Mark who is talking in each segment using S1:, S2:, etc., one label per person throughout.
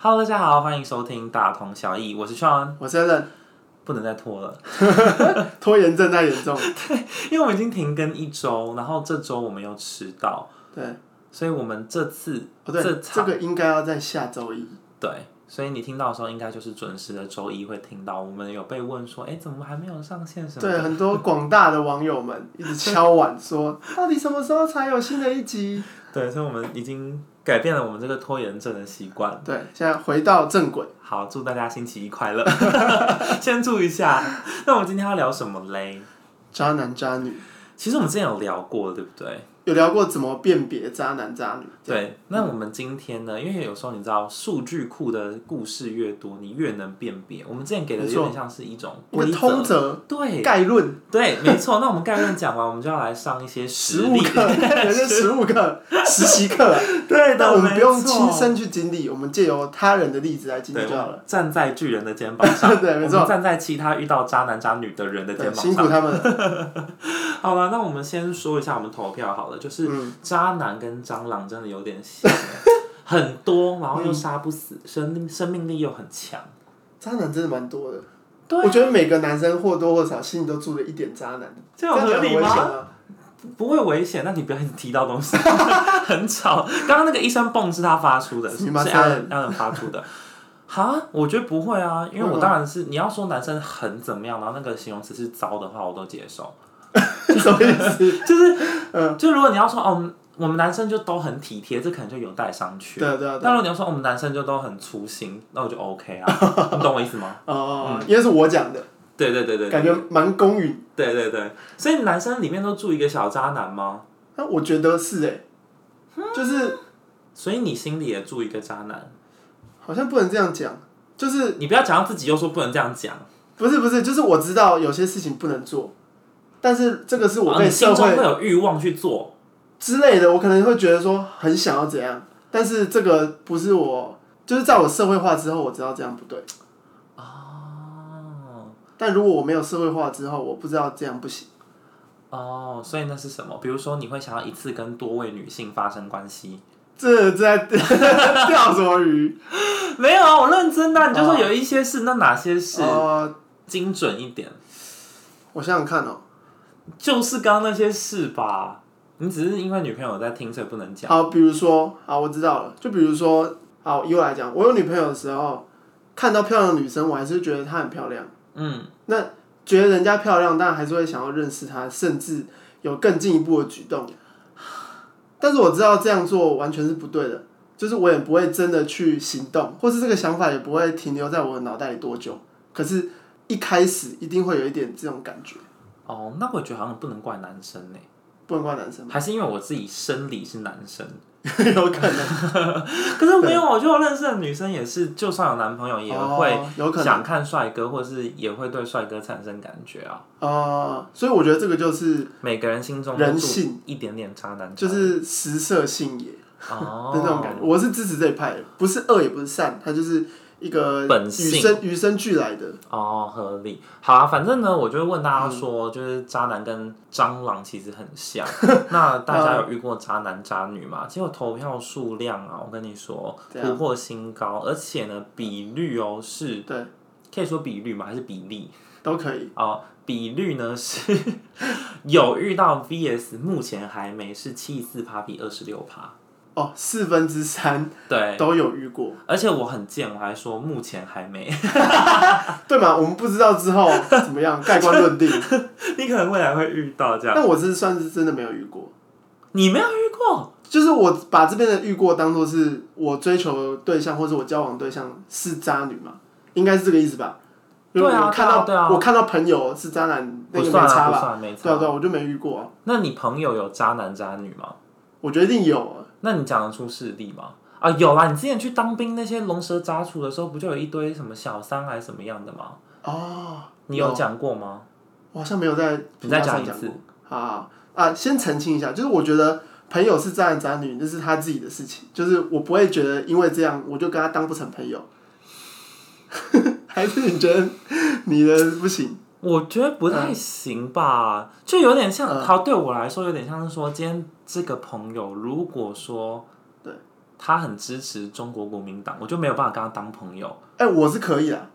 S1: Hello，大家好，欢迎收听大同小异，我是 Sean，
S2: 我承认，
S1: 不能再拖了，
S2: 拖延症太严重。
S1: 因为我们已经停更一周，然后这周我们又迟到，
S2: 对，
S1: 所以我们这次
S2: 哦对，
S1: 这
S2: 这个应该要在下周一。
S1: 对，所以你听到的时候应该就是准时的周一会听到，我们有被问说，哎，怎么还没有上线什么？
S2: 对，很多广大的网友们一直敲碗 说，到底什么时候才有新的一集？
S1: 对，所以我们已经改变了我们这个拖延症的习惯。
S2: 对，现在回到正轨。
S1: 好，祝大家星期一快乐， 先祝一下。那我们今天要聊什么嘞？
S2: 渣男渣女
S1: 其实我们之前有聊过，对不对？
S2: 有聊过怎么辨别渣男渣女？
S1: 对，那我们今天呢？因为有时候你知道，数据库的故事越多，你越能辨别。我们之前给的
S2: 没
S1: 有点像是一种
S2: 一个
S1: 规则，
S2: 通则
S1: 对
S2: 概论，
S1: 对，没错。那我们概论讲完，我们就要来上一些实
S2: 实务
S1: 例。
S2: 课，人家实务课、实习课。
S1: 对
S2: 但
S1: 的，
S2: 我们不用
S1: 没错
S2: 亲身去经历，我们借由他人的例子来经历
S1: 对
S2: 就好了。，
S1: 站在巨人的肩膀上，
S2: 对，没
S1: 我
S2: 错
S1: 们，站在其他遇到渣男渣女的人的肩
S2: 对
S1: 膀
S2: 辛苦他们了。
S1: 好了，那我们先说一下我们投票好了，就是
S2: 嗯
S1: 渣男跟蟑螂真的有点像，很多，然后又杀不死，生生命力又很 强。
S2: 渣男真的蛮多的，
S1: 啊
S2: 我觉得每个男生或多或少心里都住了一点渣男，
S1: 这样合
S2: 讲很
S1: 理
S2: 危险
S1: 吗？
S2: 啊。
S1: 不会危险，那你不要一直踢到东西， 很吵。刚刚那个一声蹦是他发出的，是是
S2: 你
S1: 啊
S2: 妈
S1: 阿
S2: 三
S1: 伦阿伦发出的。哈，我觉得不会啊，因为我当然是你要说男生很怎么样，然后那个形容词是糟的话，我都接受。
S2: 什么意思？
S1: 嗯，就如果你要说哦，我们男生就都很体贴，这可能就有待商 榷。
S2: 对啊对啊，
S1: 但如果你要说我们男生就都很粗心，那我就 OK 啊，你懂我意思吗？
S2: 哦，因为是我讲的，
S1: 对对对对
S2: 感觉蛮公允。
S1: 对对对，所以男生里面都住一个小渣男吗？
S2: 那我觉得是哎，就是
S1: 所以你心里也住一个渣男，
S2: 好像不能这样讲，就是
S1: 你不要讲到自己又说不能这样讲，
S2: 不是不是，就是我知道有些事情不能做，但是这个是我
S1: 啊你
S2: 被
S1: 心
S2: 社
S1: 中
S2: 会
S1: 会有欲望去做，
S2: 之类的，我可能会觉得说很想要怎样，但是这个不是我，就是在我社会化之后，我知道这样不对。哦。但如果我没有社会化之后，我不知道这样不行。
S1: 哦，所以那是什么？比如说你会想要一次跟多位女性发生关系？
S2: 这这在 钓什么鱼？
S1: 没有啊，我认真的啊、你就说有一些事，那哪些事
S2: 哦，
S1: 精准一点？
S2: 我想想看哦。
S1: 就是刚刚那些事吧。你只是因为女朋友在听，所以不能讲。
S2: 好，比如说，好，我知道了。就比如说，好，以我来讲，我有女朋友的时候，看到漂亮的女生，我还是觉得她很漂亮。
S1: 嗯，
S2: 那觉得人家漂亮，但还是会想要认识她，甚至有更进一步的举动。但是我知道这样做完全是不对的，就是我也不会真的去行动，或是这个想法也不会停留在我的脑袋里多久。可是，一开始一定会有一点这种感觉，
S1: 哦，那我觉得好像不能怪男生呢、
S2: 不能怪男生，
S1: 还是因为我自己生理是男生。
S2: 有可能，
S1: 可是没有，啊我就有认识的女生也是，就算有 男朋友也会
S2: 哦、有可能
S1: 想看帅哥，或是也会对帅哥产生感觉啊。
S2: 哦、所以我觉得这个就是
S1: 每个人心中
S2: 人
S1: 性一点点渣男，
S2: 就是食色性也
S1: 哦
S2: 的 那种感觉。我是支持这一派的，不是恶也不是善，它就是一个
S1: 本
S2: 与
S1: 性
S2: 生与生俱来的。
S1: 哦，合理。好啊，反正呢，我就会问大家
S2: 嗯
S1: 说，就是渣男跟蟑螂其实很 像。那大
S2: 嗯
S1: 家有遇过渣男渣女吗？结果投票数量啊，我跟你说
S2: 怎
S1: 突破新高，而且呢，比率哦是，
S2: 对，
S1: 可以说比率吗？还是比例？
S2: 都可以。
S1: 哦，比率呢是 有遇到 VS，目前还没是七四趴比二十六趴。
S2: 哦，四分之三
S1: 对，
S2: 都有遇过，
S1: 而且我很贱，我还说目前还没。
S2: 对吗？我们不知道之后怎么 样盖棺论定，
S1: 你可能未来会遇到这样，
S2: 但我是算是真的没有遇过，
S1: 你没有遇过
S2: 就是我把这边的遇过当做是我追求对象或者我交往对象是渣女嘛，应该是这个意思吧？因为
S1: 对啊
S2: 我看到、
S1: 对啊对啊
S2: 我看到朋友是渣男，那
S1: 不
S2: 个没
S1: 算啊，
S2: 差
S1: 不
S2: 吧？
S1: 算没
S2: 对啊
S1: 差。
S2: 对啊，我就没遇过啊、
S1: 那你朋友有渣男渣女吗？
S2: 我觉得一定有啊
S1: 那你讲得出事例吗？啊，有啦！你之前去当兵那些龙蛇杂处的时候，不就有一堆什么小三还是什么样的吗？
S2: 哦，
S1: 你有讲过吗？
S2: 我好像没有在
S1: 你再讲
S2: 讲
S1: 一次。
S2: 好好啊，先澄清一下，就是我觉得朋友是渣男渣女，那是他自己的事情，就是我不会觉得因为这样我就跟他当不成朋友。 还是你觉得你的不行？
S1: 我觉得不太行吧，就有点
S2: 嗯
S1: 像，好，对我来说有点像是说，今天这个朋友如果说，
S2: 对，
S1: 他很支持中国国民党，我就没有办法跟他当朋友。
S2: 哎、我是可以啊，
S1: 哦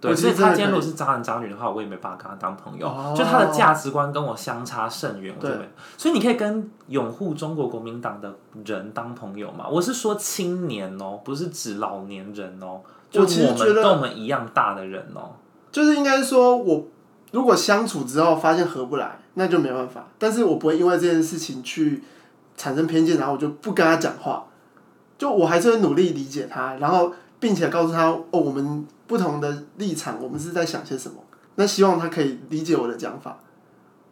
S1: 对，
S2: 我其
S1: 所
S2: 实
S1: 以他
S2: 真的
S1: 今天
S2: 可
S1: 如
S2: 以
S1: 果是渣男渣女的话，我也没办法跟他当朋友。
S2: 哦
S1: 就他的价值观跟我相差甚远，我就
S2: 对
S1: 没。所以你可以跟拥护中国国民党的人当朋友嘛？我是说青年哦，不是指老年人哦。就
S2: 我其实
S1: 我
S2: 觉
S1: 们
S2: 得
S1: 跟我们一样大的人哦，
S2: 就是应该说我如果相处之后发现合不来，那就没办法。但是我不会因为这件事情去产生偏见，然后我就不跟他讲话。就我还是会努力理解他，然后并且告诉他哦，我们不同的立场，我们是在想些什么。那希望他可以理解我的讲法，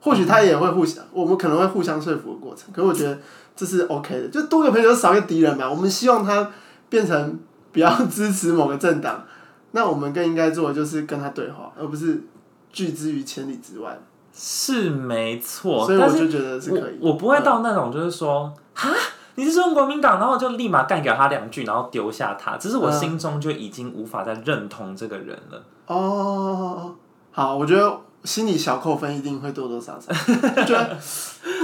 S2: 或许他也会互相，我们可能会互相说服的过程。可是我觉得这是 OK 的，就多个朋友少一个敌人嘛。我们希望他变成不要支持某个政党。那我们更应该做的就是跟他对话，而不是拒之于千里之外。
S1: 是没错。
S2: 所以
S1: 但
S2: 我
S1: 是
S2: 就觉得是可以。
S1: 我我不会到那种就是说，哈，你是中国民党，然后我就立马干掉他两句，然后丢下他。只是我
S2: 嗯
S1: 心中就已经无法再认同这个人了。
S2: 哦，好，我觉得心理小扣分一定会多多少少，就觉得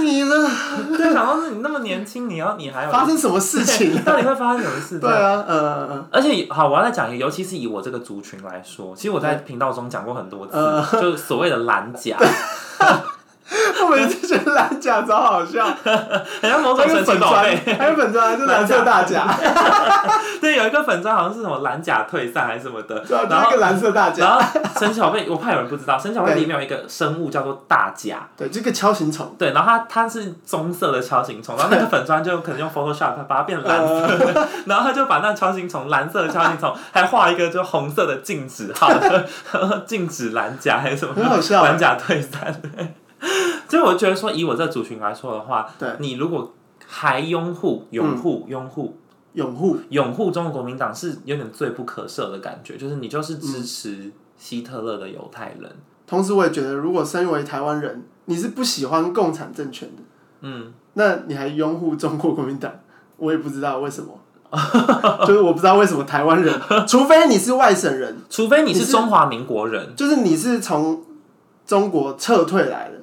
S2: 你呢
S1: 对， 想到你那么年轻，你要你还有
S2: 发生什么事情？
S1: 到底会发生什么事？
S2: 对啊，呃，
S1: 而且好，我要再讲一个，尤其是以我这个族群来说，其实我在频道中讲过很多次，
S2: 嗯
S1: 就是所谓的蓝甲，
S2: 我每次觉得蓝甲超好笑，
S1: 很像某种
S2: 还有
S1: 神奇
S2: 粉
S1: 宝
S2: 砖
S1: 贝。，
S2: 还有粉砖，就蓝色大甲，
S1: 对，有一个粉砖好像是什么蓝甲退散还是什么的，
S2: 对啊，就
S1: 然
S2: 是
S1: 后
S2: 一个蓝色大甲，
S1: 然后神奇宝贝，我怕有人不知道，神奇宝贝里面有一个生物叫做大甲。
S2: 对，这个锹形虫。
S1: 对，然后它它是棕色的锹形虫，然后那个粉砖就可能用 Photoshop 把它变蓝色，
S2: 呃
S1: 然后他就把那锹形虫蓝色的锹形虫还画一个就红色的禁止号， 禁止蓝甲还是什么，
S2: 很好笑欸
S1: 蓝甲退散。所以我觉得说，以我这族群来说的话，
S2: 对
S1: 你如果还拥护、拥护、拥护、
S2: 拥护，
S1: 拥护中国国民党，是有点罪不可赦的感觉，就是你就是
S2: 嗯
S1: 支持希特勒的犹太人。
S2: 同时我也觉得，如果身为台湾人，你是不喜欢共产政权的。
S1: 嗯，
S2: 那你还拥护中国国民党？我也不知道为什么，就是我不知道为什么台湾人，除非你是外省人，
S1: 除非你
S2: 你
S1: 是
S2: 是
S1: 中华民国人
S2: 就是你是从中国撤退来的，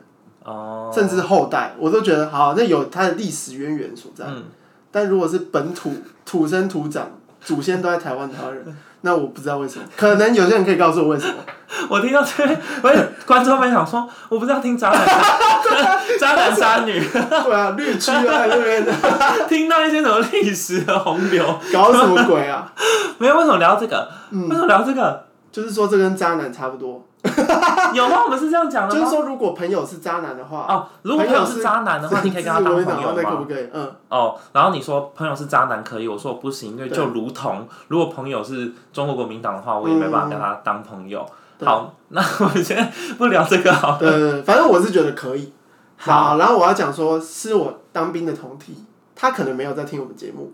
S1: 哦，
S2: 甚至后代，我都觉得好，那有它的历史渊源所在。
S1: 嗯
S2: 但如果是本土土生土长，祖先都在台湾，台湾人，那我不知道为什么，可能有些人可以告诉我 为什么。
S1: 我听到这边，我也观众们想说，我不是要听渣男 渣渣男渣女，
S2: 对啊，绿区啊，那边
S1: 听到一些什么历史的洪流，
S2: 搞什么鬼啊？
S1: 没有为什么聊这个？
S2: 嗯
S1: 为什么聊这个？
S2: 就是说这跟渣男差不多，
S1: 有吗？我们是这样讲 的
S2: 就是
S1: 吗？
S2: 说如果朋友是渣男的话，
S1: 哦，如果朋友是渣男的话，
S2: 是
S1: 你可以跟 他当
S2: 是
S1: 朋
S2: 我会
S1: 友
S2: 拿那可不
S1: 吗？
S2: 可以？嗯，
S1: 哦，然后你说朋友是渣男可以，我说我不行，因为
S2: 对
S1: 就如
S2: 嗯
S1: 同如果朋友是中国国民党的话，我也没办法跟他当朋友。
S2: 对
S1: 好，那我们先不聊这个 好了。
S2: 对对对，反正我是觉得可以。
S1: 好
S2: 好，然后我要讲说，是我当兵的同梯，他可能没有在听我们节目，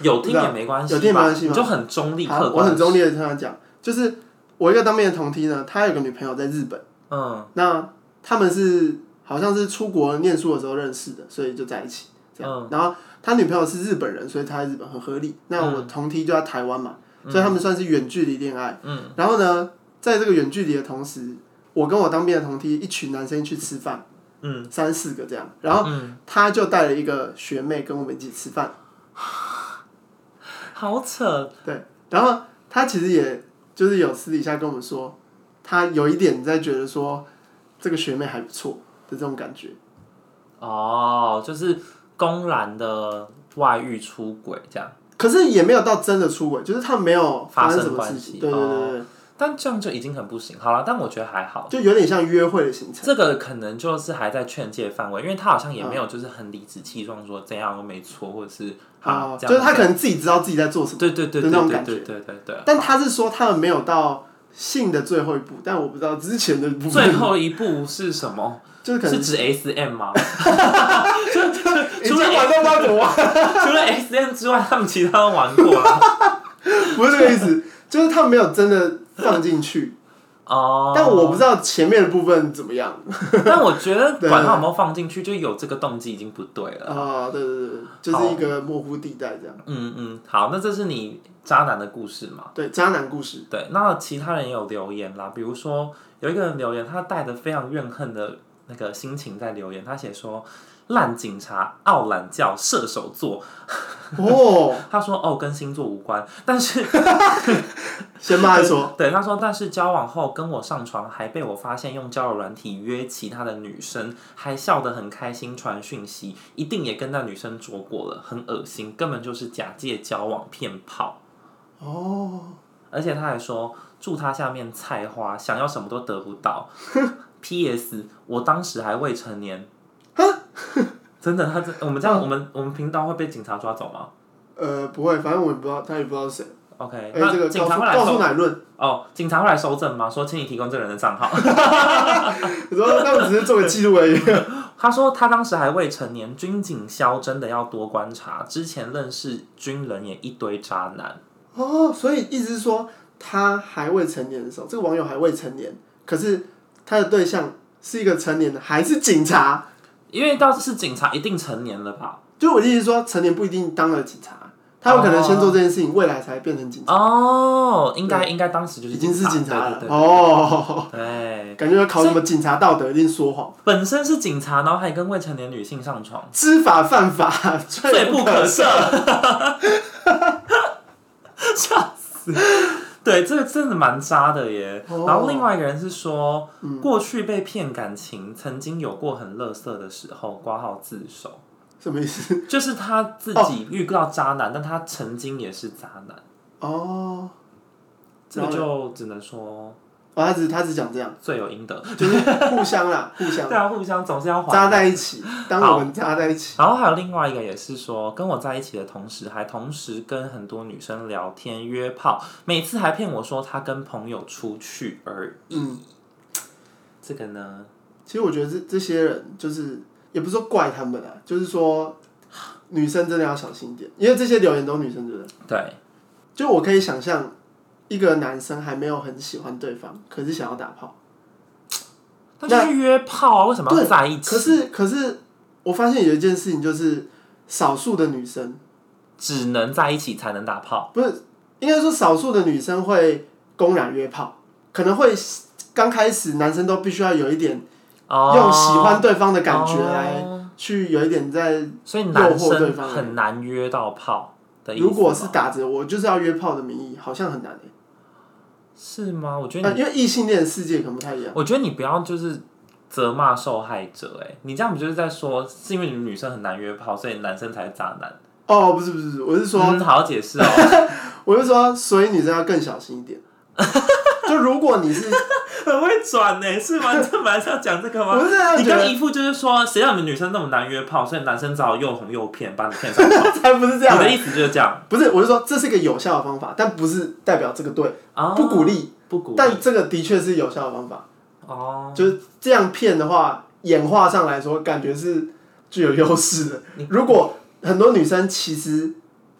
S1: 有听也没关系吧，
S2: 有听也没关系
S1: 你
S2: 吗
S1: 就很中立
S2: 好
S1: 客观。
S2: 我很中立的跟他讲，就是我一个当兵的同梯呢，他有个女朋友在日本，
S1: 嗯，
S2: 那他们是好像是出国念书的时候认识的，所以就在一起这样。然后他女朋友是日本人，所以他在日本很合理。那我同梯就在台湾嘛，所以他们算是远距离恋爱。嗯，然后呢，在这个远距离的同时，我跟我当兵的同梯一群男生去吃饭，嗯，三四个这样，然后。
S1: 后
S2: 他就带了一个学妹跟我们一起吃饭，
S1: 好扯，
S2: 对，然后他其实也就是有私底下跟我们说，他有一点在觉得说这个学妹还不错的这种感觉，
S1: 哦，就是公然的外遇出轨这样，
S2: 可是也没有到真的出轨，就是他没有
S1: 发
S2: 发
S1: 生哦
S2: 生什么事情，对对对对，
S1: 但这样就已经很不行。好了，但我觉得还好，
S2: 就有点像约会的行程，
S1: 这个可能就是还在劝诫范围，因为他好像也
S2: 嗯
S1: 没有就是很理直气壮说这样我没错，或者是啊
S2: 哦
S1: 这
S2: 就是
S1: 样。
S2: 他可能自己知道自己在做什么，
S1: 对对对对
S2: 的那种
S1: 对
S2: 感觉
S1: 对对对 对，
S2: 但他是说他们没有到性的最后一步，但我不知道之前的部分，
S1: 最后一步是什么？
S2: 就是可能
S1: 是指 S M 吗？
S2: 已经玩到不知道怎么玩
S1: 除了 S M 之外，他们其他都玩过了。
S2: 不是这个意思，就是他们没有真的放进去。
S1: 哦，
S2: 但我不知道前面的部分怎么样。
S1: 但我觉得
S2: 对
S1: 管他有没有放进去，就有这个动机已经不对了。
S2: 啊，对对对，就是一个模糊地带这样。
S1: 嗯嗯，好，那这是你渣男的故事嘛？
S2: 对，渣男故事。
S1: 对，那其他人也有留言啦，比如说有一个人留言，他带着非常怨恨的那个心情在留言，他写说。烂警察、傲懒教、射手座。
S2: 哦，
S1: 他说哦，跟星座无关，但是
S2: 先妈来说，
S1: 对，他说，但是交往后跟我上床，还被我发现用交友软体约其他的女生，还笑得很开心，传讯息，一定也跟那女生着过了，很恶心，根本就是假借交往骗炮。
S2: 哦，
S1: 而且他还说，祝他下面菜花，想要什么都得不到。P.S. 我当时还未成 年。真的，他这我们
S2: 嗯
S1: 这样，我们我们频道会被警察抓走吗
S2: 呃，不会，反正我也不知道，他也不知道是谁。
S1: ？OK，
S2: 哎、
S1: 那
S2: 这个
S1: 警察
S2: 告诉
S1: 会来
S2: 告诉
S1: 搜
S2: 乃论，
S1: 哦，警察会来搜证吗？说请你提供这个人的账号。
S2: 你说他们只是做个记录而已。
S1: 他说他当时还未成年，军警消真的要多观察。之前认识军人也一堆渣男，
S2: 哦，所以意思是说，他还未成年的时候，这个网友还未成年，可是他的对象是一个成年的，还是警察？
S1: 因为到是警察一定成年了吧？
S2: 就我的意思是说，成年不一定当了警察，他有可能先做这件事情，未来才变成警察，
S1: 哦，应该应该当时就是
S2: 已经是警察
S1: 对
S2: 了。
S1: 对
S2: 哦，
S1: 对对
S2: 感觉要考什么警察道德，一定说谎，
S1: 本身是警察，然后还跟未成年女性上床，
S2: 知法犯法，
S1: 罪不可赦。 笑死！对，这个真的蛮渣的耶。
S2: 哦嗯
S1: 然后另外一个人是说，过去被骗感情，曾经有过很乐色的时候，挂号自 首。
S2: 什么意思？
S1: 就是他自己遇到渣男，但他曾经也是渣男，
S2: 哦，
S1: 这个就只能说
S2: 哦，他只他只讲这样，
S1: 罪有应得。
S2: 就是互相啦，互相
S1: 对啊，互相总是要还。
S2: 扎在一起，当我们扎在一起，
S1: 然后还有另外一个也是说，跟我在一起的同时，还同时跟很多女生聊天约炮，每次还骗我说他跟朋友出去而已。
S2: 嗯。
S1: 这个呢，
S2: 其实我觉得这这些人就是，也不是说怪他们啊，就是说女生真的要小心一点，因为这些留言都女生对不对？
S1: 对，
S2: 就我可以想象，一个男生还没有很喜欢对方，可是想要打炮，
S1: 但就是约炮啊，为什么要在一
S2: 可
S1: 起？
S2: 是可是我发现有一件事情就是，少数的女生
S1: 只能在一起才能打炮。
S2: 不是应该说少数的女生会公然约炮，可能会刚开始男生都必须要有一点
S1: 哦，
S2: 用喜欢对方的感觉来
S1: 哦
S2: 去有一点在
S1: 所以男
S2: 诱惑对
S1: 生
S2: 方
S1: 很难约到炮的意思吗。
S2: 如果是打着我就是要约炮的名义，好像很难诶、
S1: 是吗？我觉得
S2: 呃因为异性恋世界可能不太一
S1: 你
S2: 样，，
S1: 我觉得你不要就是责骂受害者、哎，你这样不就是在说是因为你们女生很难约炮，所以男生才是渣男？
S2: 哦，不是不是，不是我是说，
S1: 嗯、好好解释哦，
S2: 我是说，所以女生要更小心一点。就如果你 是，
S1: 很会转呢、是 吗？你这本来是要讲这个
S2: 我
S1: 吗？
S2: 是这样
S1: 你
S2: 觉
S1: 刚
S2: 得，
S1: 一副就是说，谁让你们女生那么难约炮，所以男生只好又哄又骗， 把你骗上床。
S2: 才不是这样
S1: 你的
S2: 的，
S1: 意思就是这样
S2: 不是，我是说这是一个有效的方法，但不是代表这个对，
S1: 啊？
S2: 不鼓励，
S1: 不鼓励
S2: 但这个的确是有效的方法。
S1: 哦。
S2: 就是这样骗的话，演化上来说，感觉是具有优势的
S1: 你。
S2: 如果很多女生其实，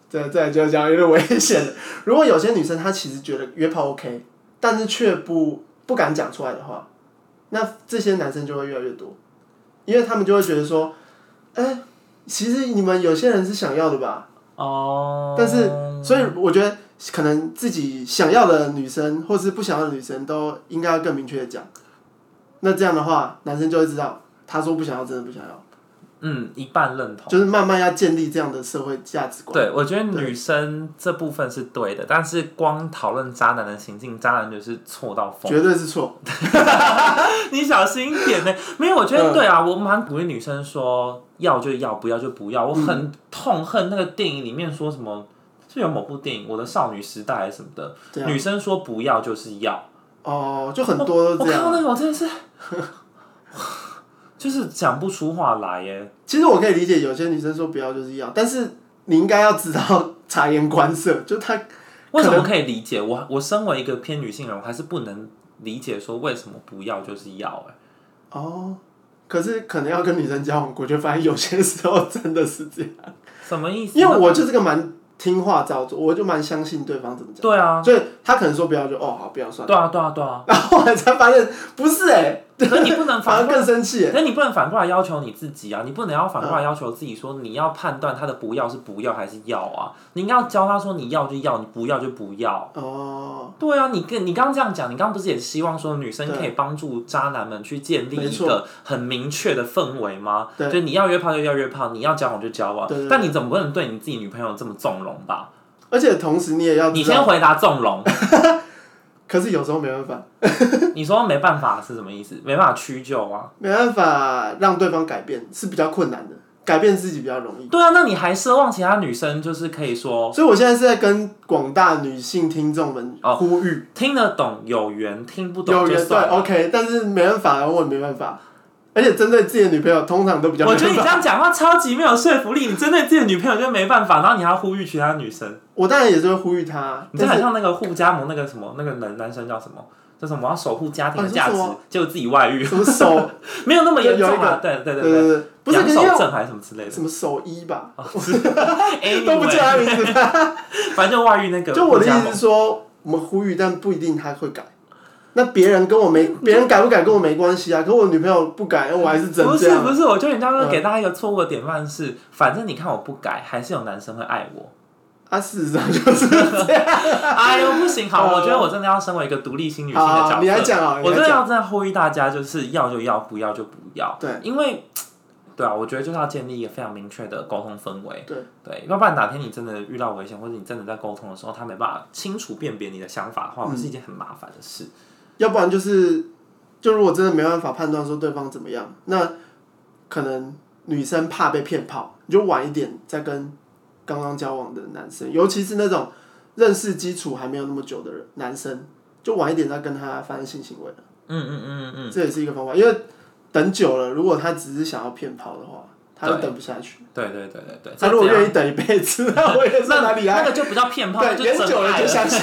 S2: 这这就讲有点危险了。如果有些女生她其实觉得约炮 OK，但是却不不敢讲出来的话，那这些男生就会越来越多，因为他们就会觉得说，哎、其实你们有些人是想要的吧？
S1: 哦，
S2: 但是所以我觉得可能自己想要的女生或是不想要的女生都应该要更明确的讲。那这样的话，男生就会知道，他说不想要，真的不想要，
S1: 嗯，一半认同。
S2: 就是慢慢要建立这样的社会价值观。
S1: 对，我觉得女生这部分是对的，但是光讨论渣男的行径，渣男就是错到疯。
S2: 绝对是错，
S1: 你小心一点呢、没有，我觉得对
S2: 嗯
S1: 啊，我蛮鼓励女生说要就要，不要就不要。我
S2: 嗯
S1: 很痛恨那个电影里面说什么，是有某部电影《我的少女时代》还是什么的，
S2: 对啊，
S1: 女生说不要就是要。
S2: 哦，就很多
S1: 我
S2: 都这
S1: 看到
S2: 样。
S1: 那个，我真的是， 就是讲不出话来耶。
S2: 其实我可以理解，有些女生说不要就是要，但是你应该要知道察言观色，就他
S1: 为什么可以理解？我我身为一个偏女性人，我还是不能理解说为什么不要就是要哎。
S2: 哦，可是可能要跟女生交往过，就发现有些时候真的是这样。
S1: 什么意思？
S2: 因为我就是个蛮听话照做，我就蛮相信对方怎么
S1: 对啊，
S2: 讲，所以他可能说不要就哦好不要算了，
S1: 对啊，对啊，对啊，
S2: 然后后来才发现不是哎、
S1: 可你不能
S2: 反
S1: 反
S2: 而
S1: 过来
S2: 更生气耶。
S1: 可你不能反过来要求你自己啊！你不能要反
S2: 嗯
S1: 过来要求自己说你要判断他的不要是不要还是要啊！你应该要教他说你要就要，你不要就不要。
S2: 哦，
S1: 对啊，你跟你刚刚这样讲，你刚刚不是也希望说女生
S2: 对
S1: 可以帮助渣男们去建立
S2: 没
S1: 一
S2: 错
S1: 个很明确的氛围吗？
S2: 对
S1: 就你要约炮就要约炮，你要交往就交往
S2: 对对。对
S1: 但你总不能对你自己女朋友这么纵容吧？
S2: 而且同时你也要
S1: 你
S2: 知
S1: 先
S2: 道，
S1: 回答纵容，
S2: 可是有时候没办法，
S1: 你说没办法是什么意思？没办法屈就啊？
S2: 没办法让对方改变是比较困难的，改变自己比较容易。
S1: 对啊，那你还奢望其他女生就是可以说
S2: 所以我现在是在跟广大女性听众们
S1: 哦
S2: 呼吁，
S1: 听得懂有缘，听不懂
S2: 有
S1: 就
S2: 人对
S1: 算了。
S2: OK，但是没办法，我也没办法。而且针对自己的女朋友，通常都比较
S1: 我
S2: 没
S1: 觉得
S2: 办
S1: 你
S2: 法。
S1: 这样讲话超级没有说服力，你针对自己的女朋友就没办法，然后你还要呼吁其他女生，
S2: 我当然也是会呼吁她，
S1: 你这
S2: 但
S1: 很
S2: 是
S1: 像那个护家盟那个什么那个男男生叫什么？叫什么？我要守护家庭的价
S2: 哦
S1: 值
S2: 你说什么，
S1: 结果自己外遇，
S2: 什么手，
S1: 没有那么严重
S2: 有一
S1: 啊
S2: 个！
S1: 对 对
S2: 对
S1: 对对，
S2: 对，不是，可
S1: 阳
S2: 是
S1: 手
S2: 要
S1: 症还是什么之类的
S2: 什么手医吧，
S1: 啊，是
S2: 都不
S1: anyway，
S2: 叫她名字。
S1: 反正就外遇那个
S2: 就我
S1: 护
S2: 的
S1: 家
S2: 意思
S1: 盟
S2: 是，说，我们呼吁，但不一定她会改。那别人跟我没，
S1: 嗯
S2: 别人改不改跟我没关系啊。可我女朋友不改，我还是真
S1: 不
S2: 这
S1: 是
S2: 样。
S1: 不是，我觉得人家会
S2: 嗯
S1: 给大家一个错误的典范是，反正你看我不改，还是有男生会爱我。
S2: 啊，事实上就是这样。
S1: 哎呦，不行，好，
S2: 呃
S1: 我觉得我真的要身为一个独立新女性的角
S2: 好，
S1: 色，
S2: 你来讲啊，你
S1: 我
S2: 来
S1: 真的
S2: 讲。
S1: 要真的呼吁大家，就是要就要，不要就不要。
S2: 对，
S1: 因为对啊，我觉得就是要建立一个非常明确的沟通氛围。
S2: 对
S1: 对，要不然哪天你真的遇到危险，或者你真的在沟通的时候，他没办法清楚辨别你的想法的话，
S2: 嗯
S1: 是一件很麻烦的事。
S2: 要不然就是，就如果真的没办法判断说对方怎么样，那可能女生怕被骗炮，你就晚一点再跟刚刚交往的男生，尤其是那种认识基础还没有那么久的人男生，就晚一点再跟他发生性行为，
S1: 嗯嗯嗯嗯
S2: 这也是一个方法。因为等久了，如果他只是想要骗炮的话，他就等不下去。
S1: 嗯，对对对对对，
S2: 他如果愿意等一辈子，那我也是
S1: 那
S2: 哪里啊？
S1: 那个就不叫骗炮，那
S2: 对，演
S1: 真
S2: 久
S1: 爱
S2: 了就相信。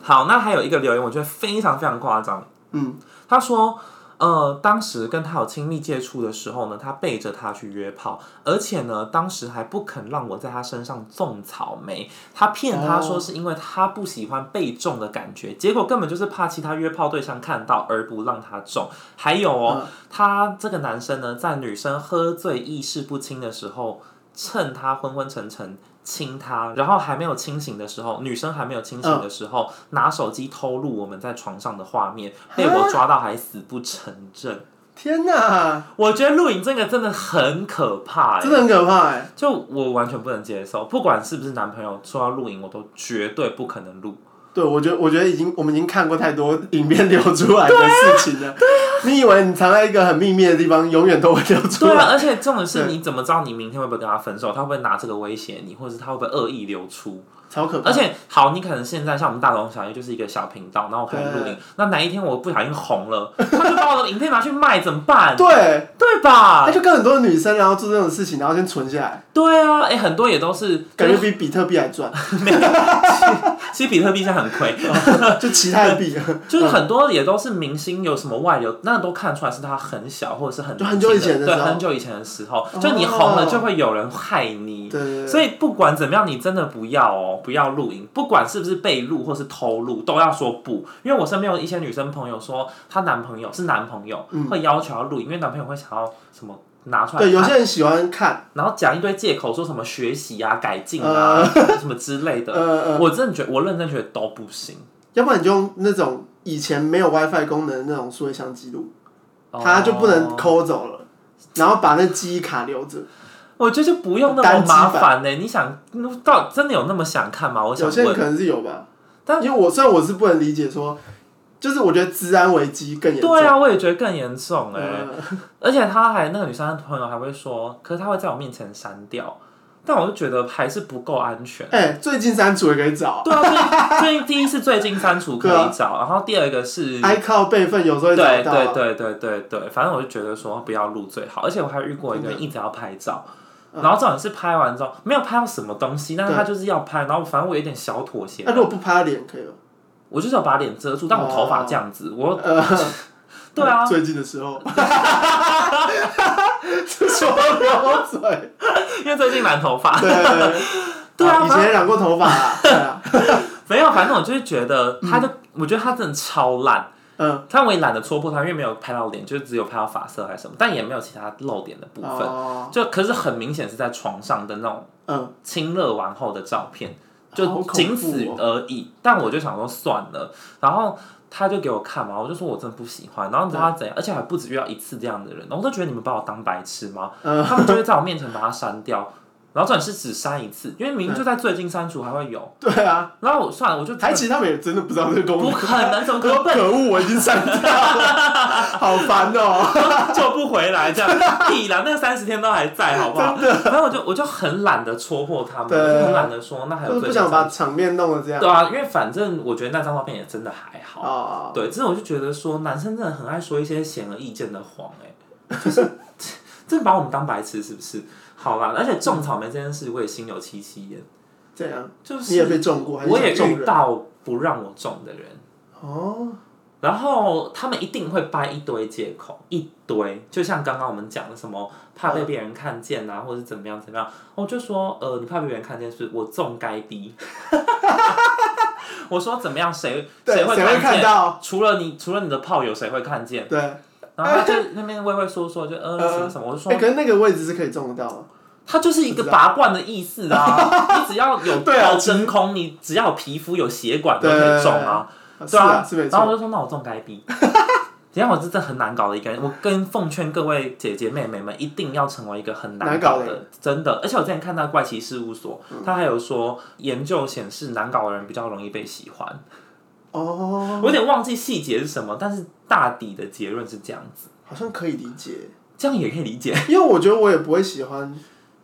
S1: 好，那还有一个留言，我觉得非常非常夸张。
S2: 嗯，
S1: 他说，呃，当时跟他有亲密接触的时候呢，他背着他去约炮，而且呢，当时还不肯让我在他身上种草莓。他骗他说是因为他不喜欢被种的感觉，结果根本就是怕其他约炮对象看到而不让他种。还有哦，他这个男生呢，在女生喝醉意识不清的时候，趁他昏昏沉沉。亲他，然后还没有清醒的时候，女生还没有清醒的时候，拿手机偷录我们在床上的画面，被我抓到还死不承认。
S2: 天哪，
S1: 我觉得录影这个真的很可怕、欸
S2: 真，的很可怕哎、
S1: 就我完全不能接受，不管是不是男朋友说要录影，我都绝对不可能录。
S2: 对，我觉得我觉得已经我们已经看过太多影片流出来的事 情了。你以为你藏在一个很秘密的地方，永远都会流出
S1: 啊对
S2: 来？
S1: 啊，而且重点是，
S2: 对
S1: 你怎么知道你明天会不会跟他分手？他会不会拿这个威胁你，或者是他会不会恶意流出？
S2: 超可怕！
S1: 而且好，你可能现在像我们大同小异就是一个小频道，然后我开始录影，那哪一天我不小心红了，他就把我的影片拿去卖，怎么办？
S2: 对，
S1: 对吧
S2: 他？就跟很多女生，然后做这种事情，然后先存下来，
S1: 对啊，哎、很多也都是，
S2: 感觉比比特币还赚，
S1: 其实比特币现在很亏，
S2: 就其他的 币，
S1: 就是
S2: 嗯
S1: 很多也都是明星有什么外流，那都看出来是他很小或者是很
S2: 就很久以前的
S1: 对
S2: 时候哦
S1: 很久以前的时候，就你红了就会有人害你。
S2: 对对对，
S1: 所以不管怎么样，你真的不要哦，不要录影，不管是不是被录或是偷录，都要说不。因为我身边有一些女生朋友说，她男朋友是男朋友、会要求要录影，因为男朋友会想要什么拿出来
S2: 嗯对有些人喜欢看，
S1: 然后讲一堆借口，说什么学习啊、改进啊、 什么之类的。
S2: 呃，
S1: 我真的觉得，我认真觉得都不行。
S2: 要不然你就用那种以前没有 WiFi 功能的那种数位相机录，
S1: 哦
S2: 它就不能抠走了，然后把那记忆卡留着。
S1: 我觉得就不用那么
S2: 单机版
S1: 麻烦欸呢、你想，到真的有那么想看吗？我想
S2: 有些人
S1: 问，
S2: 可能是有吧，
S1: 但
S2: 因为我虽然我是不能理解说，就是我觉得治安危机更严重。
S1: 对啊，我也觉得更严重哎、
S2: 呃
S1: 而且他还那个女生的朋友还会说，可是他会在我面前删掉，但我就觉得还是不够安 全。
S2: 哎、最近删除也可以找
S1: 对啊，最近最近第一是最近删除可
S2: 对
S1: 以
S2: 啊
S1: 找，然后第二个 是
S2: ，iCloud 备份有时候会
S1: 哎对
S2: 找到啊。
S1: 对对对对对，反正我就觉得说不要录最好，而且我还遇过一个人一直要拍照，
S2: 嗯
S1: 然后这种是拍完之后没有拍到什么东西，但是
S2: 对
S1: 他就是要拍，然后反正我有点小妥协
S2: 啊那、，如果不拍脸可以吗？
S1: 我就是要把脸遮住，但我头发这样子，我
S2: 呃，
S1: 对啊，
S2: 最近的时候， 这说流嘴。
S1: 因为最近染头发，
S2: 对
S1: 对啊
S2: 好 以前也染过头发啦。对啊，
S1: 嗯没有，反正我就是觉得他就，我觉得他真的超烂。
S2: 嗯，
S1: 但我也懒得戳破它，因为没有拍到脸，就只有拍到发色还是什么，但也没有其他露点的 部分。
S2: 哦，
S1: 就可是很明显是在床上的那种
S2: 嗯，
S1: 亲热完后的照片，
S2: 好
S1: 就
S2: 恐怖
S1: 仅此
S2: 哦
S1: 而已。但我就想说算了，然后他就给我看嘛，我就说我真的不喜欢。然后你知道他
S2: 嗯
S1: 怎样，而且还不止遇到一次这样的人，然后我都觉得你们把我当白痴吗？
S2: 嗯
S1: 他们就会在我面前把它删掉。然后这是只删一次，因为明明就在最近删除还会有。
S2: 对啊，
S1: 然后我算了，我就
S2: 还其实他们也真的不知道这个功
S1: 不
S2: 能。
S1: 可能，怎么可
S2: 可
S1: 能笨
S2: 可恶，我已经删掉 了，好烦哦、
S1: 救不回来这样？屁啦，那三十天都还在，好不好？然后我就我就很懒得戳破他们，
S2: 对
S1: 我就很懒得说那还有
S2: 就是
S1: 最
S2: 不
S1: 近
S2: 想把场面弄得这样。
S1: 对啊，因为反正我觉得那张照片也真的还好。
S2: 哦，
S1: 对，真的我就觉得说，男生真的很爱说一些显而易见的谎、欸，就是真的把我们当白痴是不是？好啦，而且种草莓这件事我也心有戚戚焉，
S2: 这样
S1: 就是
S2: 你也被中过，还是
S1: 我也
S2: 中
S1: 遇
S2: 人？
S1: 到不让我种的人，
S2: 哦，
S1: 然后他们一定会掰一堆借口，一堆，就像刚刚我们讲的什么怕被别人看见啊，或者是怎么样怎么样，我就说呃，你怕被别人看见是我中该 低，我说怎么样谁
S2: 对，
S1: 会
S2: 谁会看
S1: 见？
S2: 到？
S1: 除了你，除了你的炮友，谁会看见？
S2: 对，
S1: 然后他就那边畏畏缩缩，就呃
S2: 呃
S1: 什么什么，我就说
S2: 哎、可是那个位置是可以中得到的。
S1: 他就是一个拔罐的意思 啊，你只要有
S2: 对啊
S1: 到真空，你只要有皮肤有血管都
S2: 对
S1: 可以中啊，
S2: 是
S1: 对啊
S2: 啊，是没
S1: 然后我
S2: 错。
S1: 就说那我中该 逼。等一下我真的很难搞的一个人，我跟奉劝各位姐姐妹妹们，一定要成为一个很难搞
S2: 难搞嗯
S1: 的，真的。而且我之前看到怪奇事务所，他还有说研究显示难搞的人比较容易被喜欢，
S2: 哦，
S1: 我有点忘记细节是什么，但是大抵的结论是这样子，
S2: 好像可以理解，
S1: 这样也可以理解。
S2: 因为我觉得我也不会喜欢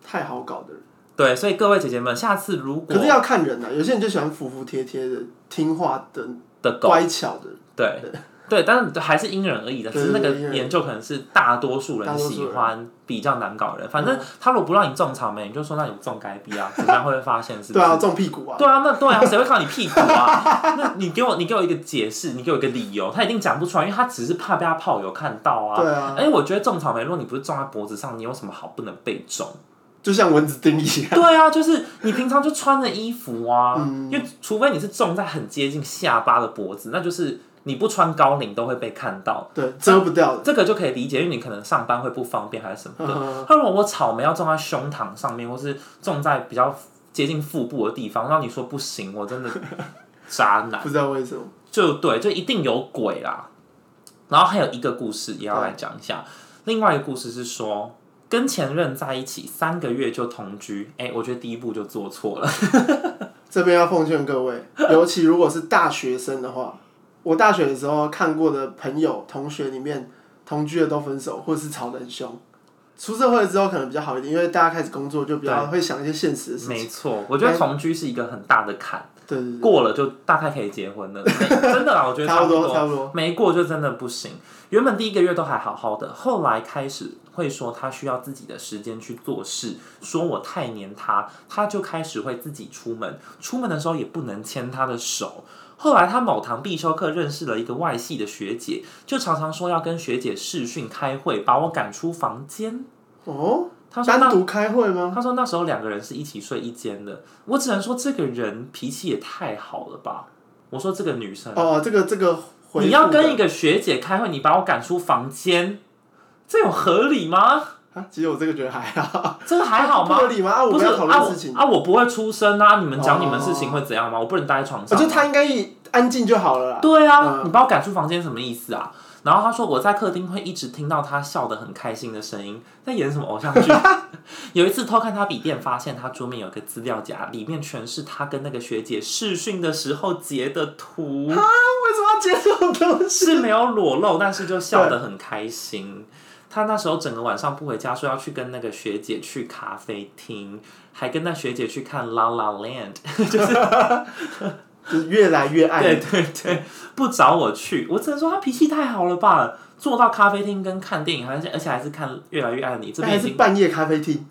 S2: 太好搞的人，
S1: 对，所以各位姐姐们，下次如果
S2: 可是要看人呐、啊有些人就喜欢服服帖帖的、听话的、
S1: 的狗，
S2: 乖巧的，
S1: 对对，但是还是因人而异的。只
S2: 对
S1: 是那个
S2: 对因人而异
S1: 研究可能是大多数
S2: 大
S1: 人
S2: 多数
S1: 喜
S2: 人嗯
S1: 欢比较难搞人，反正他如果不让你种草莓，你就说那你种该逼啊，怎么样会被发 现是不
S2: 对
S1: 是？
S2: 啊，中屁股啊，
S1: 对啊，那对啊，谁会靠你屁股啊？ 那你给我，你给我一个解释，你给我一个理由，他一定讲不出来，因为他只是怕被他炮友看到啊。
S2: 对啊，
S1: 哎，我觉得种草莓，如果你不是种在脖子上，你有什么好不能被种？
S2: 就像蚊子叮一样。
S1: 对啊，就是你平常就穿着衣服啊，
S2: 嗯
S1: 因为除非你是种在很接近下巴的脖子，那就是你不穿高领都会被看到，
S2: 对，遮不掉的。
S1: 这个就可以理解，因为你可能上班会不方便还是什么的。
S2: 嗯
S1: 那、如果我草莓要种在胸膛上面，或是种在比较接近腹部的地方，那你说不行，我真的渣 男，
S2: 不知道为什么。
S1: 就对，就一定有鬼啦。然后还有一个故事也要来讲一下，另外一个故事是说。跟前任在一起三个月就同居，哎、我觉得第一步就做错了。
S2: 这边要奉劝各位，尤其如果是大学生的话，我大学的时候看过的朋友、同学里面，同居的都分手，或是吵得很凶。出社会之后可能比较好一点，因为大家开始工作就比较会想一些现实的事情。
S1: 没错，我觉得同居是一个很大的坎，
S2: 对对
S1: 过了就大概可以结婚了。没真的啦，我觉
S2: 对，
S1: 得
S2: 差
S1: 差
S2: 不
S1: 不
S2: 多
S1: 多。
S2: 差不多。
S1: 没过就真的不行。原本第一个月都还好好的，后来开始会说他需要自己的时间去做事，说我太黏他，他就开始会自己出门，出门的时候也不能牵他的手。后来他某堂必修课认识了一个外系的学姐，就常常说要跟学姐视讯开会，把我赶出房间。
S2: 哦，
S1: 他说
S2: 单独开会吗？
S1: 他说那时候两个人是一起睡一间的，我只能说这个人脾气也太好了吧。我说这个女生，
S2: 哦，这个这个回复的
S1: 你要跟一个学姐开会，你把我赶出房间，这有合理吗？
S2: 啊？其实我这个觉得还好，
S1: 这个还好
S2: 不
S1: 吗？
S2: 合理吗？啊，我
S1: 不
S2: 们
S1: 是
S2: 要
S1: 啊
S2: 讨论事情，
S1: 我啊，我不会出声啊，你们讲你们
S2: 哦
S1: 事情会怎样吗？我不能待在床
S2: 我
S1: 上
S2: 觉
S1: 吗。
S2: 得他应该安静就好了啦。
S1: 对啊，
S2: 嗯
S1: 你把我赶出房间什么意思啊？然后他说我在客厅会一直听到他笑得很开心的声音，在演什么偶像剧？有一次偷看他笔电，发现他桌面有个资料夹，里面全是他跟那个学姐试训的时候截的图，
S2: 为什么要接这种东西？
S1: 是没有裸露，但是就笑得很开心。他那时候整个晚上不回家，说要去跟那个学姐去咖啡厅，还跟那学姐去看《La La Land》。
S2: 就是越来越爱
S1: 对对对，不找我去，我只能说他脾气太好了吧。坐到咖啡厅跟看电影，还是而且还是看《越来越爱你》，这
S2: 那
S1: 边
S2: 还
S1: 已
S2: 是
S1: 经
S2: 半夜咖啡厅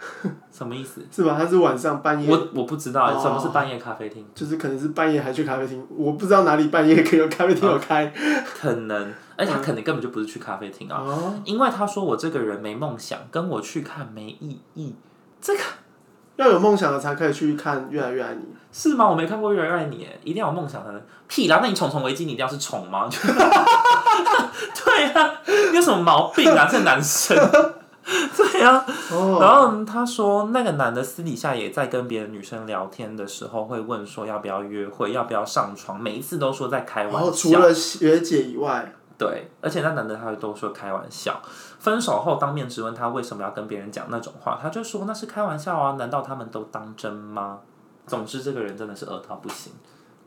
S1: 什么意思？
S2: 是吧？他是晚上 半夜，
S1: 我我不知道、
S2: 哦
S1: 什么是半夜咖啡厅，
S2: 就是可能是半夜还去咖啡厅，我不知道哪里半夜可以有咖啡厅有开。
S1: 可能而且他可能根本就不是去咖啡厅啊，
S2: 嗯哦，
S1: 因为他说我这个人没梦想，跟我去看没意义。这个
S2: 要有梦想的才可以去看《越来越爱你》。
S1: 是吗？我没看过《越来越爱你》耶，一定要有梦想才能。屁啦！那你《虫虫危机》你一定要是虫吗？ 对呀、啊，你有什么毛病啊？这男生。 对啊呀、
S2: 哦，
S1: 然后他说，那个男的私底下也在跟别的女生聊天的时候，会问说要不要约会，要不要上床，每一次都说在开
S2: 然
S1: 玩
S2: 后
S1: 笑
S2: 除。了学姐以外，
S1: 对，而且那男的他都说开玩笑。分手后当面质问他为什么要跟别人讲那种话，他就说那是开玩笑啊，难道他们都当真吗？总之，这个人真的是恶到不行。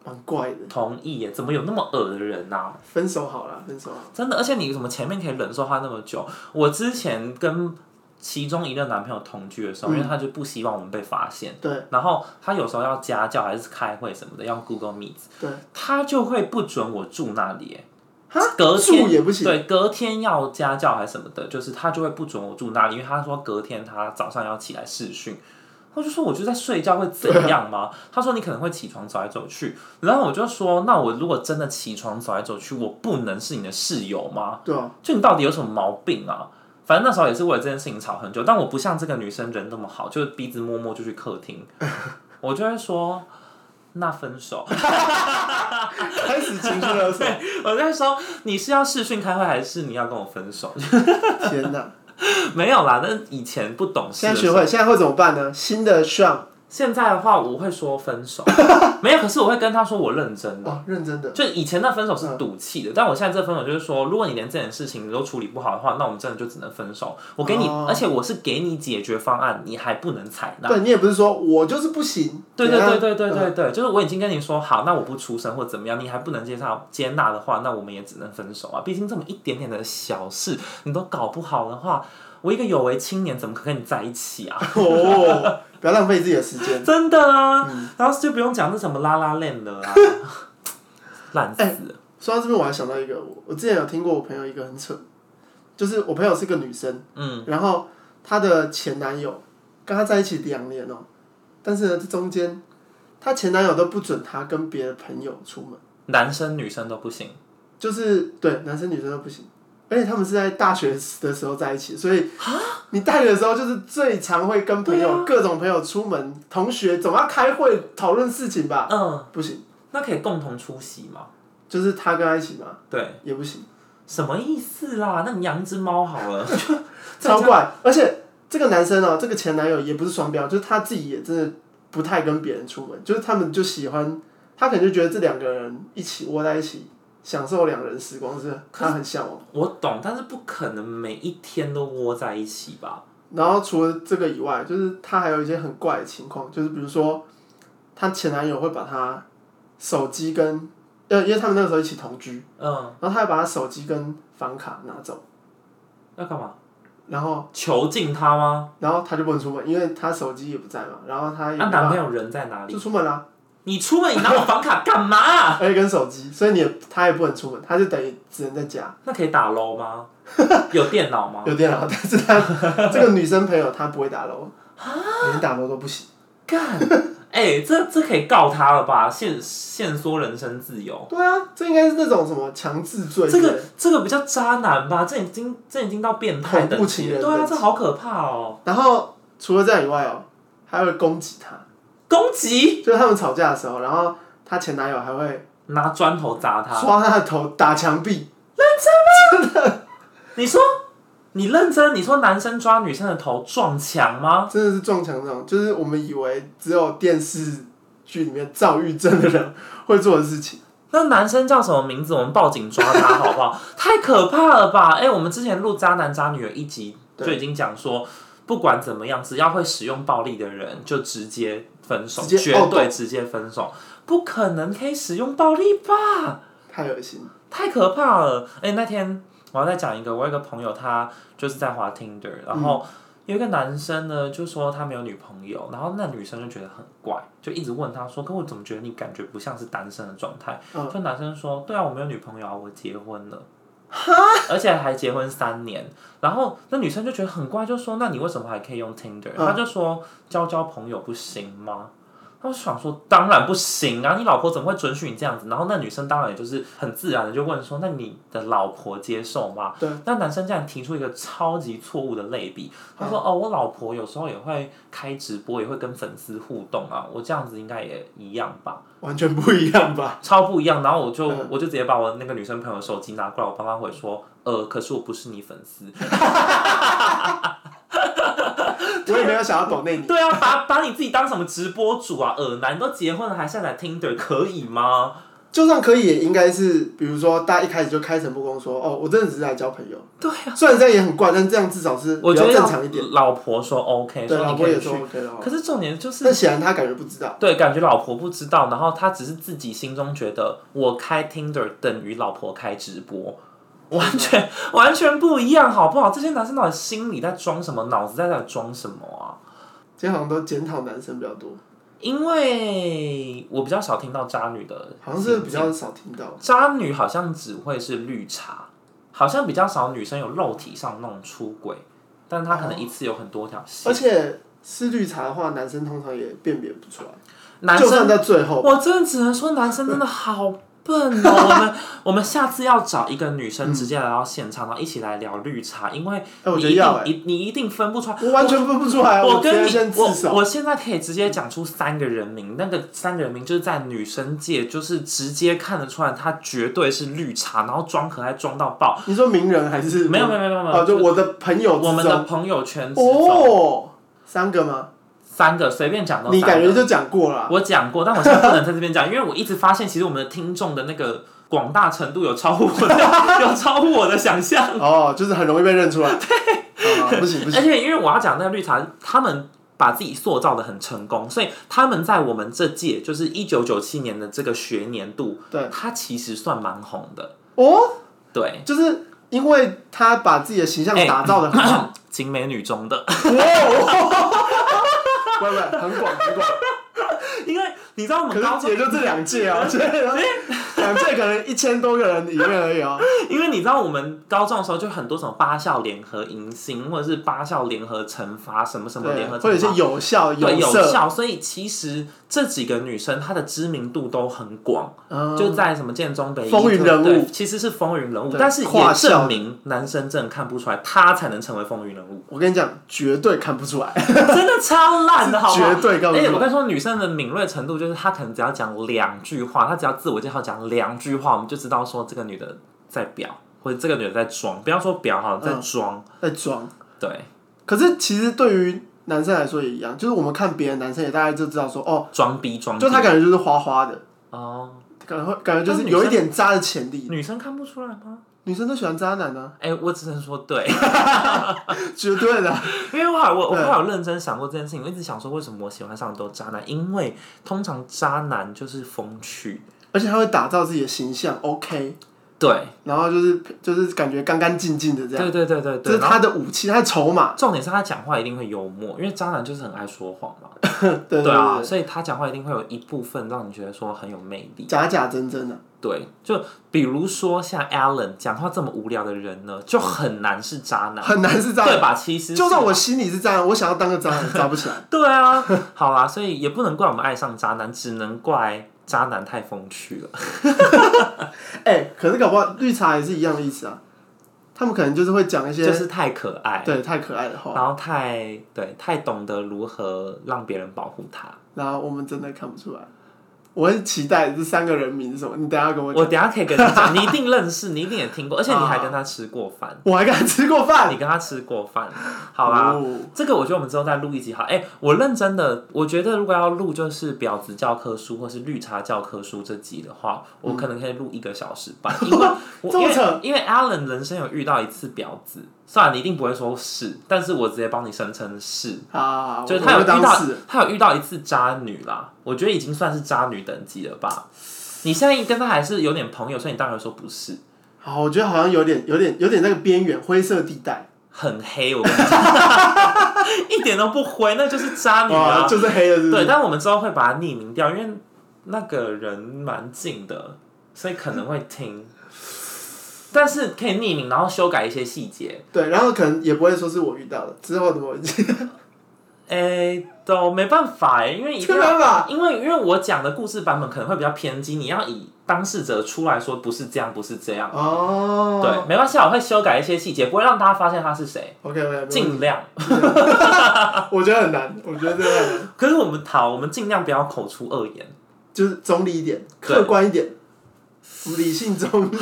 S2: 蛮怪的。
S1: 同意耶，怎么有那么恶的人呐、
S2: 分手好了，分手好。
S1: 真的，而且你怎么前面可以忍受他那么久？我之前跟其中一个男朋友同居的时候，因为他就不希望我们被发现，
S2: 嗯对
S1: 然后他有时候要家教还是开会什么的，要 Google Meet，
S2: 对，
S1: 他就会不准我住那里耶。
S2: 哈
S1: 隔天
S2: 哦住也不行
S1: 对，隔天要家教还是什么的，就是他就会不准我住那里，因为他说隔天他早上要起来试训。我就说我就在睡觉会怎样吗？他说你可能会起床走来走去，然后我就说那我如果真的起床走来走去，我不能是你的室友吗？
S2: 对啊，
S1: 就你到底有什么毛病啊？反正那时候也是为了这件事情吵很久，但我不像这个女生人那么好，就是鼻子摸摸就去客厅， 我就会说那分手。
S2: 开始情绪勒索。
S1: 我在说你是要视讯开会还是你要跟我分手？
S2: 天哪！
S1: 没有啦，那以前不懂事
S2: 现
S1: 的
S2: 在
S1: 时
S2: 学
S1: 候。
S2: 会，现在会怎么办呢？新的 Sean
S1: 现在的话我会说分手， 没有，可是我会跟他说我认真的。
S2: 哦，认真的，
S1: 就以前那分手是赌气的，但我现在这分手就是说，如果你连这件事情你都处理不好的话，那我们真的就只能分手。我给你，
S2: 哦
S1: 而且我是给你解决方案，你还不能采纳。
S2: 对你也不是说我就是不行，
S1: 对
S2: 怎
S1: 对
S2: 样
S1: 对对对
S2: 啊
S1: 对对，就是我已经跟你说好，那我不出声或怎么样，你还不能接受接纳的话，那我们也只能分手啊。毕竟这么一点点的小事你都搞不好的话，我一个有为青年怎么可跟你在一起啊？
S2: 哦，不要浪费自己的时间。 嗯
S1: 真的啊，然后就不用讲是什么拉拉链了 啊，烂死了。
S2: 说到这边，我还想到一个，我我之前有听过我朋友一个很扯，就是我朋友是个女生，
S1: 嗯，
S2: 然后她的前男友跟她在一起两年哦、但是呢，这中间她前男友都不准她跟别的朋友出门，
S1: 男生女生都不行。
S2: 就是对男生女生都不行，而且他们是在大学的时候在一起，所以
S1: 啊
S2: 你大学的时候就是最常会跟朋友、各种朋友出门，同学总要开会讨论事情吧，
S1: 嗯，
S2: 不行，
S1: 那可以共同出席吗？
S2: 就是她跟她一起嘛，
S1: 对，
S2: 也不行。
S1: 什么意思啦？那你养一只猫好了。
S2: 超怪，而且这个男生哦、这个前男友也不是双标，就是他自己也真的不太跟别人出门，就是他们就喜欢，他可能就觉得这两个人一起窝在一起，享受两人时光是他很向往。
S1: 我懂，但是不可能每一天都窝在一起吧？
S2: 然后除了这个以外，就是他还有一些很怪的情况，就是比如说，他前男友会把他手机跟，呃，因为他们那个时候一起同居，
S1: 嗯，
S2: 然后他还把他手机跟房卡拿走，
S1: 要干嘛？
S2: 然后
S1: 囚禁哦他吗？
S2: 然后他就不能出门，因为他手机也不在嘛，然后他
S1: 那、
S2: 也没
S1: 啊男
S2: 办
S1: 朋友人在哪
S2: 法
S1: 里？
S2: 就出门啦、
S1: 你出门你拿我房卡干嘛？
S2: 而且跟手机，所以你也他也不能出门，他就等于只能在家。
S1: 那可以打 LO 吗？有电脑吗？
S2: 有电脑，但是他这个女生朋友她不会打楼，连打楼都不行。
S1: 干！哎、这这可以告他了吧？限限缩人身自由，
S2: 对啊，这应该是那种什么强制罪之
S1: 这
S2: 类的，
S1: 个这个比较渣男吧？这已经这已经到变态
S2: 恐怖
S1: 等级
S2: 情
S1: 了。
S2: 人
S1: 对啊，
S2: 等
S1: 这好可怕哦！
S2: 然后除了这样以外哦，还会攻击她，
S1: 攻击，
S2: 就是他们吵架的时候，然后她前男友还会
S1: 拿砖头砸他。
S2: 抓她的头打墙壁，
S1: 你说你认真？你说男生抓女生的头撞墙吗？
S2: 真的是撞墙那种，就是我们以为只有电视剧里面躁郁症的人会做的事情。
S1: 那男生叫什么名字？我们报警抓他好不 好？太可怕了吧！哎、我们之前录《渣男渣女》有一集
S2: 对
S1: 就已经讲说，不管怎么样，只要会使用暴力的人就直接分手，
S2: 直接
S1: 绝
S2: 哦
S1: 对直接分手，不可能可以使用暴力吧？
S2: 太恶心了，
S1: 太可怕了！哎、那天我要再讲一个，我有一个朋友，他就是在滑 Tinder，然后有一个男生呢就说他没有女朋友，然后那女生就觉得很怪，就一直问他说：“可我怎么觉得你感觉不像是单身的状态？”
S2: 嗯，
S1: 就男生说：“对啊，我没有女朋友啊，我结婚了，而且还结婚三年。”然后那女生就觉得很怪，就说：“那你为什么还可以用 Tinder？”
S2: 嗯
S1: 他就说：“交交朋友不行吗？”他就想说，当然不行啊！你老婆怎么会准许你这样子？然后那女生当然也就是很自然的就问说，那你的老婆接受吗？
S2: 对。
S1: 那男生竟然提出一个超级错误的类比，他说：“哦，我老婆有时候也会开直播，也会跟粉丝互动啊，我这样子应该也一样吧。”
S2: 完全不一样吧？
S1: 超不一样。然后我就、我就直接把我那个女生朋友的手机拿过来，我帮她回说，呃，可是我不是你粉丝。
S2: 我也没有想要抖内你，
S1: 对啊，把 把你自己当什么直播主啊？耳男都结婚了还下载 Tinder 可以吗？
S2: 就算可以，也应该是比如说大家一开始就开诚布公说，哦，我真的只是来交朋友。
S1: 对
S2: 啊，虽然这样也很怪，但这样至少是
S1: 我
S2: 比
S1: 觉
S2: 较
S1: 得
S2: 正常一点。
S1: 点。老婆说 OK，
S2: 对，
S1: 说
S2: 老
S1: 你
S2: 婆
S1: 可以
S2: 也
S1: 去。
S2: 说 OK 了。
S1: 可是重点就是。
S2: 但显然他感觉不知道。
S1: 对，感觉老婆不知道，然后他只是自己心中觉得我开 Tinder 等于老婆开直播，完全 完全不一样，好不好？这些男生到底心里在装什么，脑子在在装什么啊？
S2: 今天好像都检讨男生比较多，
S1: 因为我比较少听到渣女的，
S2: 好像是比较少听到。
S1: 渣女好像只会是绿茶，好像比较少女生有肉体上那种出轨，但她可
S2: 哦
S1: 能一次有很多条线。
S2: 而且是绿茶的话，男生通常也辨别不出来。
S1: 男
S2: 就
S1: 生，
S2: 算在最后，
S1: 我真的只能说男生真的好笨哦。我们 我们下次要找一个女生直接来到现场，然后一起来聊绿茶，因为
S2: 哎我
S1: 你
S2: 觉得
S1: 一定、
S2: 要哎
S1: 你你一定分不出来。
S2: 我完全分不出来。啊
S1: 我
S2: 我
S1: 跟
S2: 直
S1: 你
S2: 接先自
S1: 我
S2: 首。
S1: 我现在可以直接讲出三个人名，那个三个人名就是在女生界，就是直接看得出来，她绝对是绿茶，然后装可爱装到爆。
S2: 你说名人还是
S1: 没有没有没有没
S2: 哦，
S1: 有，
S2: 就我的朋友
S1: 我们
S2: 之中
S1: 的朋友圈之中、
S2: 哦，三个吗？
S1: 三个随便讲都
S2: 你
S1: 哦三
S2: 感
S1: 个
S2: 觉就讲过了。
S1: 我讲过，但我现在不能在这边讲，因为我一直发现，其实我们的听众的那个广大程度有超乎我的， 有超乎我的想象。
S2: 哦，就是很容易被认出来。对，啊，不行 不行，
S1: 而且因为我要讲那个绿茶，他们把自己塑造的很成功，所以他们在我们这届，就是一九九七年的这个学年度，
S2: 对，
S1: 他其实算蛮红的，
S2: 哦，
S1: 对，
S2: 就是因为他把自己的形象打造的很
S1: 哎
S2: 好，
S1: 景美女中的，
S2: 不不，很广很广。
S1: 因为你知道我
S2: 可
S1: 们高
S2: 是
S1: 中
S2: 也，就这两届哦，所以两届可能一千多个人里面而已 哦。
S1: 因为你知道我们高中的时候就很多什么八校联合迎新，或者是八校联合惩罚什么什么
S2: 对
S1: 联合，
S2: 或者
S1: 惩罚
S2: 是。有效
S1: 对有
S2: 色，
S1: 效，所以其实这几个女生她的知名度都很广，
S2: 嗯
S1: 就在什么建中北一
S2: 风云人物
S1: 对其实是风云人物，
S2: 对
S1: 但是也
S2: 跨校，
S1: 证明男生真的看不出来，他才能成为风云人物
S2: 我跟你讲，绝对看不出来，
S1: 真的超烂的，好不好
S2: 绝？对看
S1: 而
S2: 不
S1: 且我
S2: 出来。
S1: 跟你说，女生的敏锐程度就是，她可能只要讲两句话，她只要自我介绍讲两句话，我们就知道说这个女的在表，或者这个女的在装，不要说表哈，
S2: 嗯
S1: 在装。
S2: 在装，
S1: 对，
S2: 可是其实对于男生来说也一样，就是我们看别的男生也大概就知道说，哦，
S1: 装逼装逼。
S2: 就他感觉就是花花的，
S1: 哦，
S2: 感觉感觉就是有一点渣的潜力。
S1: 女生看不出来吗？
S2: 女生都喜欢 渣男呢、
S1: 哎、我只能说对。
S2: 绝对的。
S1: 因为我好我我
S2: 对
S1: 好有认真想过这件事情，我一直想说为什么我喜欢上的都是渣男，因为通常渣男就是风趣，
S2: 而且他会打造自己的形象，OK，
S1: 对
S2: 然后就是就是感觉干干净净的这样，
S1: 对对对对
S2: 这是
S1: 对。然后
S2: 他的武器，他的筹码，
S1: 重点是他讲话一定会幽默，因为渣男就是很爱说谎嘛，
S2: 对对
S1: 对啊，
S2: 对
S1: 所以他讲话一定会有一部分让你觉得说很有魅力。
S2: 假假真真的、
S1: 对，就比如说像 Alan 讲话这么无聊的人呢，就很难是渣男，
S2: 很难是渣
S1: 对
S2: 男。
S1: 吧？其实啊
S2: 就是算我心里是渣男，我想要当个渣男，渣 不起来。
S1: 对啊，好啦，所以也不能怪我们爱上渣男，只能怪渣男太风趣了。
S2: 哎、可是搞不好绿茶也是一样的意思啊。他们可能就是会讲一些、
S1: 就是太可爱，
S2: 对太可爱的话，
S1: 然后太对太懂得如何让别人保护他。
S2: 然后我们真的看不出来。我很期待这三个人名是什么，你等一下跟我讲。
S1: 我等一下可以跟你 讲，你一定认识，你一定也听过，而且你还跟他吃过饭，
S2: 我还跟他吃过啊饭，
S1: 你跟他吃过饭，好啦。
S2: 哦
S1: 这个我觉得我们之后再录一集好。哎、我认真的，我觉得如果要录就是婊子教科书或是绿茶教科书这集的话，我可能可以录一个小时 半，因为我
S2: 这
S1: 因
S2: 么
S1: 为
S2: 扯
S1: 因为 Alan 人生有遇到一次婊子，算了，你一定不会说是，但是我直接帮你声称是，
S2: 好好，好
S1: 就是
S2: 啊
S1: 他有
S2: 我我
S1: 遇
S2: 当
S1: 到
S2: 事人，
S1: 他有遇到一次渣女啦，我觉得已经算是渣女等级了吧。你现在跟他还是有点朋友，所以你当然说不是，
S2: 好，我觉得好像有点有点有点那个边缘灰色地带，
S1: 很黑，我跟你讲， 一点都不灰，那就是渣女
S2: 哇，
S1: 啊。
S2: 哦就是黑的，是不
S1: 对，
S2: 是？
S1: 但我们之后会把它匿名掉，因为那个人蛮近的，所以可能会听，但是可以匿名，然后修改一些细节。
S2: 对，然后可能也不会说是我遇到的，之后的我，
S1: 哎，都没办法哎，因为一定
S2: 这
S1: 要
S2: 办法，
S1: 因为因为我讲的故事版本可能会比较偏激，你要以当事者出来说不是这样，不是这样。
S2: 哦，
S1: 对，没关系啊，我会修改一些细节，不会让大家发现他是谁，
S2: ，OK OK，
S1: 尽量。 啊
S2: 我觉得很难，我觉得这个很难
S1: 可是我们讨，我们尽量不要口出恶言。
S2: 就是中立一点，
S1: 对
S2: 客观一点，理性中立。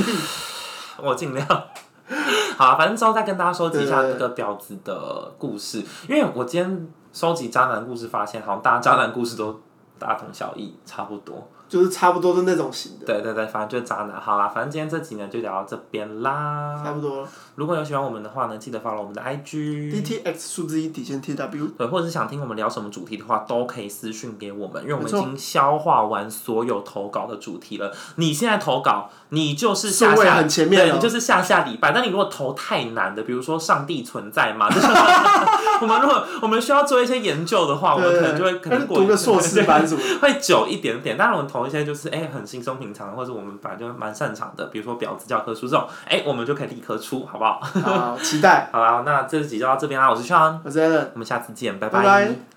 S1: 我尽量。 好、啊，反正之后再跟大家收集一下
S2: 对
S1: 这
S2: 对
S1: 个婊子的故事，因为我今天收集渣男故事，发现好像大家渣男故事都大同小异，差不多。
S2: 就是差不多是那种型的，
S1: 对对对，反正就是渣男。好啦，反正今天这集呢就聊到这边
S2: 差
S1: 啦。
S2: 不多了。
S1: 如果有喜欢我们的话呢，记得 follow 我们的
S2: D
S1: IG。
S2: T X 数字一底线 T W，
S1: 对，或者是想听我们聊什么主题的话，都可以私讯给我们，因为我们已
S2: 没错
S1: 经消化完所有投稿的主题了。你现在投稿，你就是下
S2: 顺位
S1: 下
S2: 很前面哦
S1: 对你就是下下礼拜。但你如果投太难的，比如说上帝存在嘛， 就是我们如果我们需要做一些研究的话，哦我们可能就会可能
S2: 但是
S1: 过
S2: 读
S1: 一
S2: 个硕士班什么的，
S1: 会久一点点，当然我们投一些就是哎、很轻松平常，或者我们本来就蛮擅长的，比如说婊子教科书这种，哎、我们就可以立刻出，好不好？
S2: 好，期待。
S1: 好啦，那这集就到这边啦，我是 Sean，
S2: 我是 a l l n
S1: 我们下次见，
S2: 拜拜